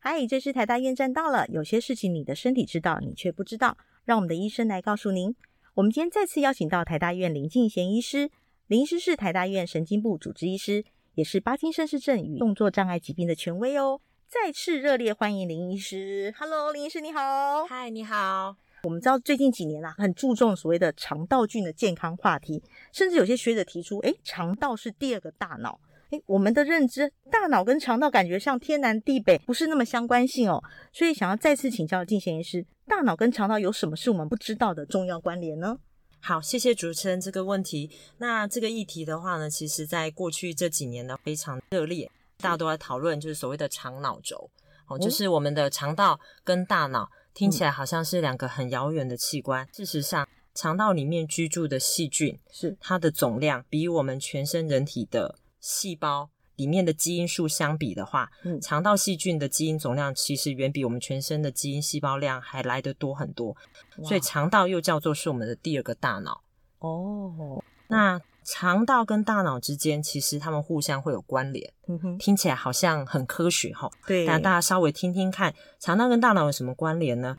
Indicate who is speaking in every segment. Speaker 1: 哎，这是台大验站到了，有些事情你的身体知道，你却不知道，让我们的医生来告诉您。我们今天再次邀请到台大医院林敬贤医师，林医师是台大医院神经部主治医师，也是帕金森氏症与动作障碍疾病的权威哦。再次热烈欢迎林医师，Hello，林医师你好。
Speaker 2: 嗨，你好。
Speaker 1: 我们知道最近几年啊，很注重所谓的肠道菌的健康话题，甚至有些学者提出，诶，肠道是第二个大脑。诶，我们的认知，大脑跟肠道感觉像天南地北，不是那么相关性哦。所以想要再次请教进贤医师，大脑跟肠道有什么是我们不知道的重要关联呢？
Speaker 2: 好，谢谢主持人这个问题。那这个议题的话呢，其实在过去这几年呢非常热烈，大家都在讨论，就是所谓的肠脑轴哦，嗯就是我们的肠道跟大脑听起来好像是两个很遥远的器官，事实上，肠道里面居住的细菌，
Speaker 1: 是
Speaker 2: 它的总量比我们全身人体的细胞里面的基因数相比的话，
Speaker 1: 嗯
Speaker 2: 肠道细菌的基因总量其实远比我们全身的基因细胞量还来得多很多，所
Speaker 1: 哇
Speaker 2: 以肠道又叫做是我们的第二个大脑。
Speaker 1: 哦，
Speaker 2: 那肠道跟大脑之间，其实它们互相会有关联，
Speaker 1: 嗯哼，
Speaker 2: 听起来好像很科学哈。
Speaker 1: 对，
Speaker 2: 但大家稍微听听看，肠道跟大脑有什么关联呢？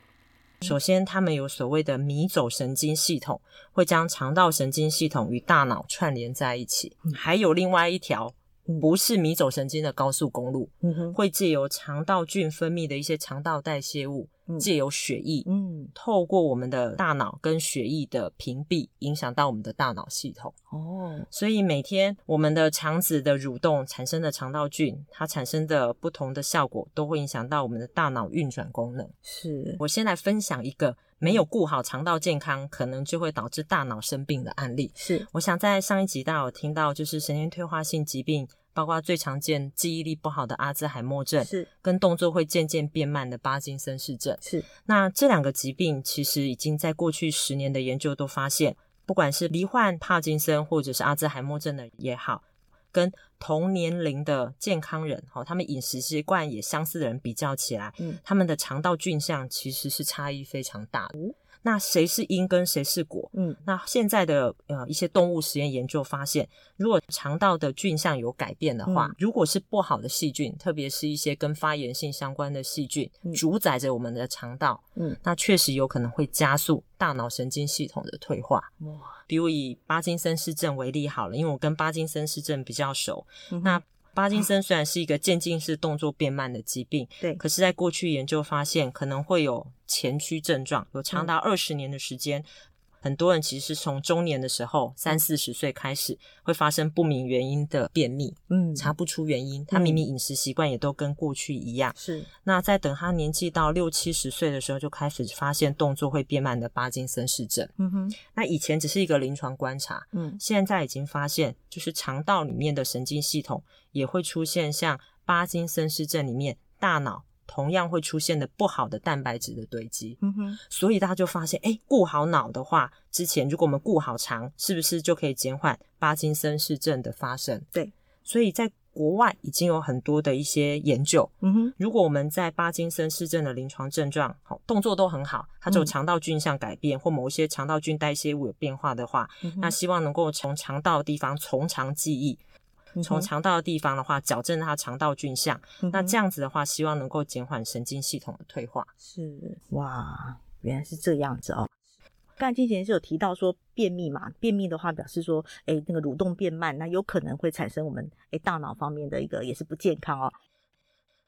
Speaker 2: 首先，它们有所谓的迷走神经系统，会将肠道神经系统与大脑串联在一起。还有另外一条
Speaker 1: 嗯
Speaker 2: 不是迷走神经的高速公路，
Speaker 1: 嗯哼，
Speaker 2: 会借由肠道菌分泌的一些肠道代谢物
Speaker 1: 嗯，
Speaker 2: 借由血液
Speaker 1: 嗯，
Speaker 2: 透过我们的大脑跟血液的屏蔽，影响到我们的大脑系统。
Speaker 1: 哦，
Speaker 2: 所以每天我们的肠子的蠕动产生的肠道菌，它产生的不同的效果，都会影响到我们的大脑运转功能。
Speaker 1: 是，
Speaker 2: 我先来分享一个没有顾好肠道健康，可能就会导致大脑生病的案例。
Speaker 1: 是，
Speaker 2: 我想在上一集大家有听到，就是神经退化性疾病，包括最常见记忆力不好的阿兹海默症，
Speaker 1: 是，
Speaker 2: 跟动作会渐渐变慢的帕金森氏症。
Speaker 1: 是，
Speaker 2: 那这两个疾病其实已经在过去十年的研究都发现，不管是罹患帕金森或者是阿兹海默症的也好，跟同年龄的健康人，哦，他们饮食习惯也相似的人比较起来，
Speaker 1: 嗯
Speaker 2: 他们的肠道菌相其实是差异非常大的。那谁是因跟谁是果？
Speaker 1: 嗯，
Speaker 2: 那现在的呃一些动物实验研究发现，如果肠道的菌相有改变的话，
Speaker 1: 嗯
Speaker 2: 如果是不好的细菌，特别是一些跟发炎性相关的细菌，
Speaker 1: 嗯
Speaker 2: 主宰着我们的肠道，
Speaker 1: 嗯，
Speaker 2: 那确实有可能会加速大脑神经系统的退化。
Speaker 1: 哇，
Speaker 2: 比如以巴金森氏症为例好了，因为我跟巴金森氏症比较熟。
Speaker 1: 嗯哼
Speaker 2: 那巴金森虽然是一个渐进式动作变慢的疾病，
Speaker 1: 对，
Speaker 2: 可是，在过去研究发现，可能会有前驱症状，有
Speaker 1: 嗯
Speaker 2: 长达二十年的时间。很多人其实是从中年的时候，
Speaker 1: 嗯
Speaker 2: 三四十岁开始会发生不明原因的便秘，
Speaker 1: 嗯，
Speaker 2: 查不出原因。他
Speaker 1: 嗯
Speaker 2: 明明饮食习惯也都跟过去一样。
Speaker 1: 是，
Speaker 2: 那在等他年纪到六七十岁的时候，就开始发现动作会变慢的帕金森氏症。
Speaker 1: 嗯哼，
Speaker 2: 那以前只是一个临床观察，
Speaker 1: 嗯，
Speaker 2: 现在已经发现，就是肠道里面的神经系统也会出现像巴金森氏症里面大脑同样会出现的不好的蛋白质的堆积。
Speaker 1: 嗯哼，
Speaker 2: 所以大家就发现，哎，顾好脑的话，之前如果我们顾好肠，是不是就可以减缓巴金森氏症的发生？
Speaker 1: 对，
Speaker 2: 所以在国外已经有很多的一些研究，
Speaker 1: 嗯哼，
Speaker 2: 如果我们在帕金森氏症的临床症状，好动作都很好，它只有
Speaker 1: 嗯
Speaker 2: 肠道菌相改变、或某一些肠道菌代谢物有变化的话，
Speaker 1: 嗯哼
Speaker 2: 那希望能够从肠道的地方从肠记忆，
Speaker 1: 嗯
Speaker 2: 从
Speaker 1: 哼
Speaker 2: 肠道的地方的话矫正它肠道菌相。
Speaker 1: 嗯
Speaker 2: 那
Speaker 1: 哼
Speaker 2: 这样子的话，希望能够减缓神经系统的退化。
Speaker 1: 嗯是哇，原来是这样子哦。刚才金贤是有提到说便秘嘛，便秘的话表示说，哎，那个蠕动变慢，那有可能会产生我们哎大脑方面的一个也是不健康哦。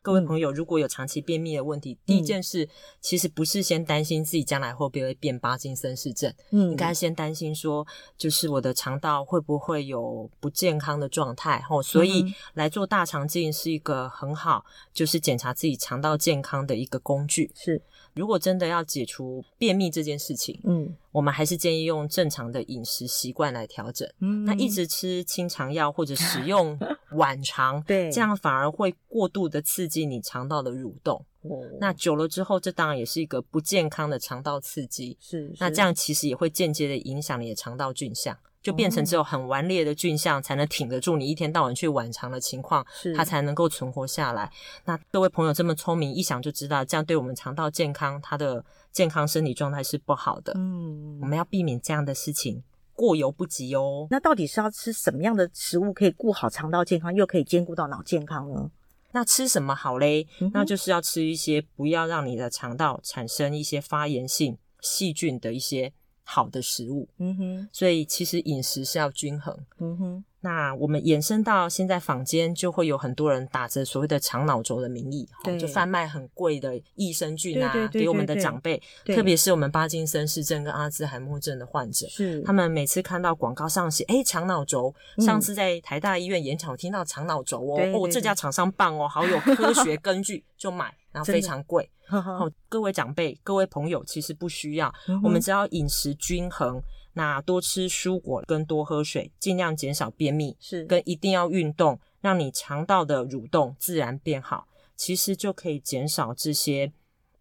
Speaker 2: 各位朋友，如果有长期便秘的问
Speaker 1: 嗯
Speaker 2: 题，第一件事其实不是先担心自己将来会不会变帕金森氏症，
Speaker 1: 嗯
Speaker 2: 应该先担心说，就是我的肠道会不会有不健康的状态哦，所
Speaker 1: 嗯
Speaker 2: 以来做大肠镜是一个很好，就是检查自己肠道健康的一个工具。
Speaker 1: 是，
Speaker 2: 如果真的要解除便秘这件事情，
Speaker 1: 嗯
Speaker 2: 我们还是建议用正常的饮食习惯来调整。
Speaker 1: 嗯
Speaker 2: 那一直吃清肠药或 者使用晚肠，
Speaker 1: 对
Speaker 2: 这样反而会过度的刺激你肠道的蠕动。
Speaker 1: 哦
Speaker 2: 那久了之后，这当然也是一个不健康的肠道刺激。
Speaker 1: 是
Speaker 2: 那
Speaker 1: 是
Speaker 2: 这样其实也会间接的影响你的肠道菌相，就变成只
Speaker 1: 哦
Speaker 2: 有很顽劣的菌相才能挺得住你一天到晚去晚肠的情况，
Speaker 1: 是
Speaker 2: 它才能够存活下来。那各位朋友这么聪明，一想就知道，这样对我们肠道健康，它的健康身体状态是不好的。
Speaker 1: 嗯
Speaker 2: 我们要避免这样的事情，过犹不及哦。
Speaker 1: 那到底是要吃什么样的食物可以顾好肠道健康，又可以兼顾到脑健康呢？
Speaker 2: 那吃什么好嘞？
Speaker 1: 嗯哼
Speaker 2: 那就是要吃一些不要让你的肠道产生一些发炎性细菌的一些好的食物。
Speaker 1: 嗯哼，
Speaker 2: 所以其实饮食是要均衡。
Speaker 1: 嗯哼，
Speaker 2: 那我们延伸到现在坊间，就会有很多人打着所谓的肠脑轴的名义，哦
Speaker 1: 对
Speaker 2: 就贩卖很贵的益生菌啊，
Speaker 1: 对对对
Speaker 2: 给我们
Speaker 1: 对
Speaker 2: 的
Speaker 1: 对
Speaker 2: 长辈，
Speaker 1: 对
Speaker 2: 特别是我们帕金森氏症跟阿兹海默症的患者。
Speaker 1: 是
Speaker 2: 他们每次看到广告上写“哎，肠脑轴”，
Speaker 1: 嗯
Speaker 2: 上次在台大医院演讲我听到肠脑轴哦，
Speaker 1: 对
Speaker 2: 哦
Speaker 1: 对，
Speaker 2: 这
Speaker 1: 对
Speaker 2: 家厂商棒哦，好有科学根据，就买，然后
Speaker 1: 真的
Speaker 2: 非常贵。
Speaker 1: 呵呵
Speaker 2: 哦，各位长辈、各位朋友，其实不需要，
Speaker 1: 嗯哼
Speaker 2: 我们只要饮食均衡，那多吃蔬果跟多喝水，尽量减少便秘，
Speaker 1: 是
Speaker 2: 跟一定要运动，让你肠道的蠕动自然变好，其实就可以减少这些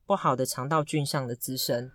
Speaker 2: 不好的肠道菌上的滋生。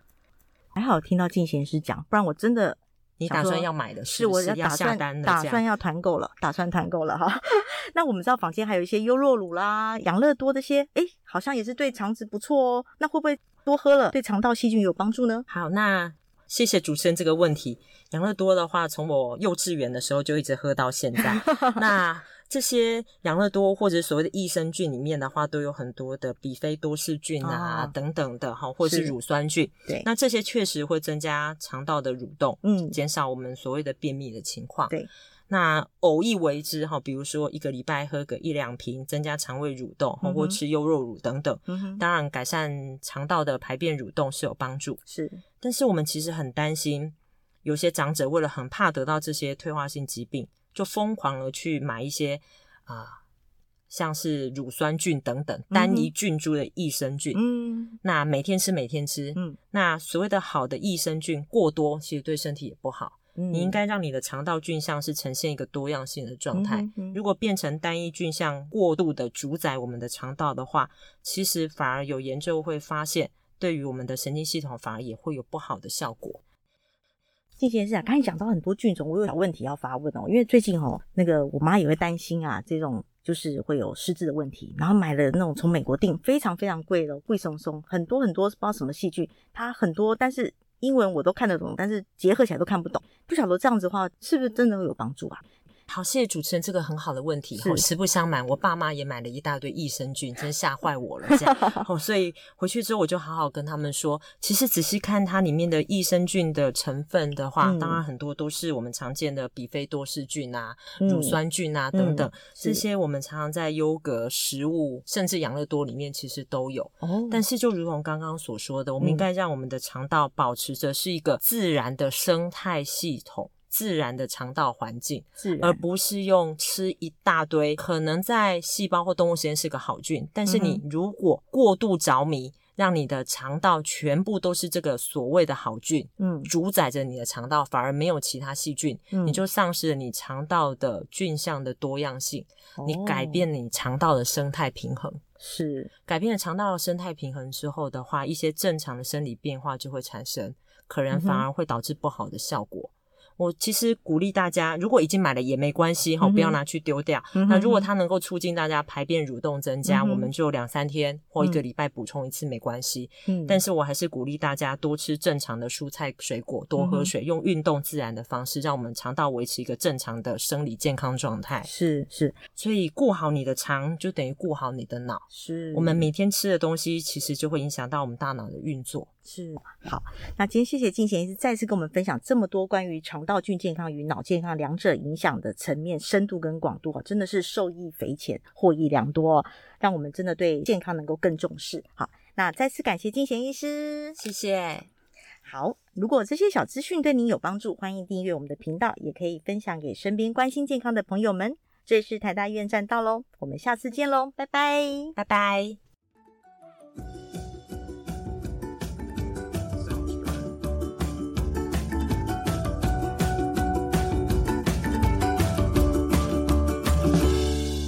Speaker 1: 还好听到进贤师讲，不然我真的
Speaker 2: 你
Speaker 1: 想
Speaker 2: 打算
Speaker 1: 说
Speaker 2: 要买的
Speaker 1: 是
Speaker 2: 不
Speaker 1: 我
Speaker 2: 是
Speaker 1: 要
Speaker 2: 要
Speaker 1: 打
Speaker 2: 下
Speaker 1: 算
Speaker 2: 单的
Speaker 1: 打
Speaker 2: 这样
Speaker 1: 算要团购了，打算团购了哈。 那我们知道坊间还有一些优酪乳啦、养乐多这些，诶，好像也是对肠子不错哦。那会不会多喝了对肠道细菌有帮助呢？
Speaker 2: 好，那谢谢主持人这个问题。养乐多的话，从我幼稚园的时候就一直喝到现在。 那这些养乐多或者所谓的益生菌里面的话，都有很多的比菲多氏菌啊、
Speaker 1: 哦
Speaker 2: 等等的哈，或者是
Speaker 1: 是
Speaker 2: 乳酸菌。
Speaker 1: 对
Speaker 2: 那这些确实会增加肠道的蠕动，
Speaker 1: 嗯
Speaker 2: 减少我们所谓的便秘的情况。
Speaker 1: 对，
Speaker 2: 那偶一为之哈，比如说一个礼拜喝个一两瓶，增加肠胃蠕动，
Speaker 1: 嗯
Speaker 2: 或
Speaker 1: 哼
Speaker 2: 吃优酪乳等等，
Speaker 1: 嗯哼，
Speaker 2: 当然改善肠道的排便蠕动是有帮助。
Speaker 1: 是
Speaker 2: 但是我们其实很担心，有些长者为了很怕得到这些退化性疾病，就疯狂的去买一些啊、像是乳酸菌等等单一菌株的益生菌。
Speaker 1: 嗯
Speaker 2: 那每天吃，每天吃。
Speaker 1: 嗯
Speaker 2: 那所谓的好的益生菌过多，其实对身体也不好。
Speaker 1: 嗯，
Speaker 2: 你应该让你的肠道菌相是呈现一个多样性的状态。
Speaker 1: 嗯哼嗯
Speaker 2: 如果变成单一菌相过度的主宰我们的肠道的话，其实反而有研究会发现，对于我们的神经系统反而也会有不好的效果。
Speaker 1: 进贤师啊，刚才讲到很多菌种，我有小问题要发问哦，因为最近哦，那个我妈也会担心啊，这种就是会有失智的问题，然后买了那种从美国订非常非常贵的，贵松松，很多很多不知道什么细菌，它很多，但是英文我都看得懂，但是结合起来都看不懂，不晓得这样子的话是不是真的会有帮助啊？
Speaker 2: 好，谢谢主持人这个很好的问题。
Speaker 1: 是
Speaker 2: 哦，实不相瞒，我爸妈也买了一大堆益生菌，真吓坏我了。 这样，哦，所以回去之后我就好好跟他们说，其实仔细看它里面的益生菌的成分的话，
Speaker 1: 嗯
Speaker 2: 当然很多都是我们常见的比菲多氏菌啊、
Speaker 1: 嗯
Speaker 2: 乳酸菌啊
Speaker 1: 嗯
Speaker 2: 等等，
Speaker 1: 是
Speaker 2: 这些我们常常在优格、食物甚至养乐多里面其实都有。
Speaker 1: 哦
Speaker 2: 但
Speaker 1: 是
Speaker 2: 是就如同刚刚所说的，我们
Speaker 1: 嗯
Speaker 2: 应该让我们的肠道保持着是一个自然的生态系统。自然的肠道环境，
Speaker 1: 自然
Speaker 2: 而不是用吃一大堆可能在细胞或动物实验是个好菌，但是
Speaker 1: 嗯
Speaker 2: 你如果过度着迷，让你的肠道全部都是这个所谓的好菌，
Speaker 1: 嗯
Speaker 2: 主宰着你的肠道，反而没有其他细菌，
Speaker 1: 嗯
Speaker 2: 你就丧失了你肠道的菌相的多样性，你改
Speaker 1: 哦
Speaker 2: 变你肠道的生态平衡。
Speaker 1: 是
Speaker 2: 改变了肠道的生态平衡之后的话，一些正常的生理变化就会产生，可能反
Speaker 1: 嗯哼
Speaker 2: 而会导致不好的效果。我其实鼓励大家，如果已经买了也没关系哈，
Speaker 1: 嗯哼
Speaker 2: 不要拿去丢掉。
Speaker 1: 嗯哼
Speaker 2: 那如果它能够促进大家排便蠕动增加，
Speaker 1: 嗯哼
Speaker 2: 我们就两三天或一个
Speaker 1: 嗯
Speaker 2: 礼拜补充一次没关系。
Speaker 1: 嗯
Speaker 2: 但是我还是鼓励大家多吃正常的蔬菜水果，多
Speaker 1: 嗯
Speaker 2: 喝
Speaker 1: 哼
Speaker 2: 水，用运动自然的方式，让我们肠道维持一个正常的生理健康状态。
Speaker 1: 是是
Speaker 2: 所以顾好你的肠，就等于顾好你的脑。
Speaker 1: 是
Speaker 2: 我们每天吃的东西，其实就会影响到我们大脑的运作。
Speaker 1: 是好，那今天谢谢静贤医师再次跟我们分享这么多关于肠道菌健康与脑健康两者影响的层面、深度跟广度啊，真的是受益匪浅，获益良多哦，让我们真的对健康能够更重视。好，那再次感谢静贤医师。
Speaker 2: 谢谢，
Speaker 1: 好，如果这些小资讯对您有帮助，欢迎订阅我们的频道，也可以分享给身边关心健康的朋友们。这里是台大医院站到喽，我们下次见喽，拜拜。
Speaker 2: 拜拜。